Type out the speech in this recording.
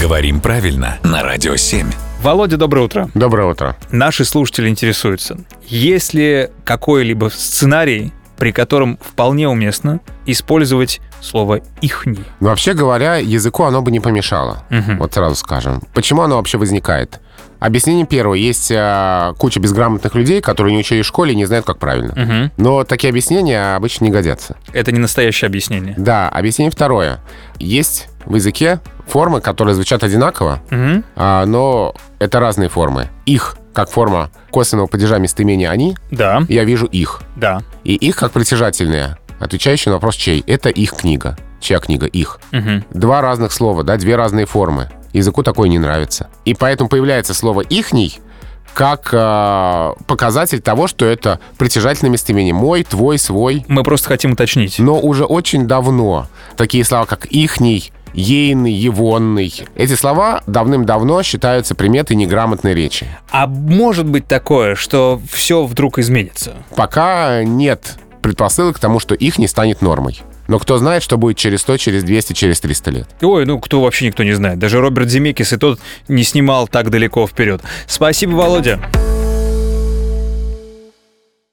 Говорим правильно на Радио 7. Володя, доброе утро. Доброе утро. Наши слушатели интересуются, есть ли какой-либо сценарий, при котором вполне уместно использовать слово «ихний». Но вообще говоря, языку оно бы не помешало. Мгм. Вот сразу скажем. Почему оно вообще возникает? Объяснение первое. Есть э, куча безграмотных людей, которые не учили в школе и не знают, как правильно. Мгм. Но такие объяснения обычно не годятся. Это не настоящее объяснение. Да, объяснение второе. Есть в языке формы, которые звучат одинаково, Мгм. а, но это разные формы. Их, как форма косвенного падежа местоимения «они», Да, я вижу «их». да. И их как притяжательные, отвечающие на вопрос «чей?» — это их книга. Чья книга? Их. Мгм. Два разных слова, да, две разные формы. Языку такое не нравится. И поэтому появляется слово «ихний», как а, показатель того, что это притяжательное местоимение. Мой, твой, свой. Мы просто хотим уточнить. Но уже очень давно такие слова, как «ихний», «ейный», «егонный», эти слова давным-давно считаются приметой неграмотной речи. А может быть такое, что все вдруг изменится? Пока нет предпосылок к тому, что их не станет нормой. Но кто знает, что будет через 100, через 200, через 300 лет. Ой, ну кто вообще никто не знает. Даже Роберт Земекис и тот не снимал так далеко вперед. Спасибо, Володя.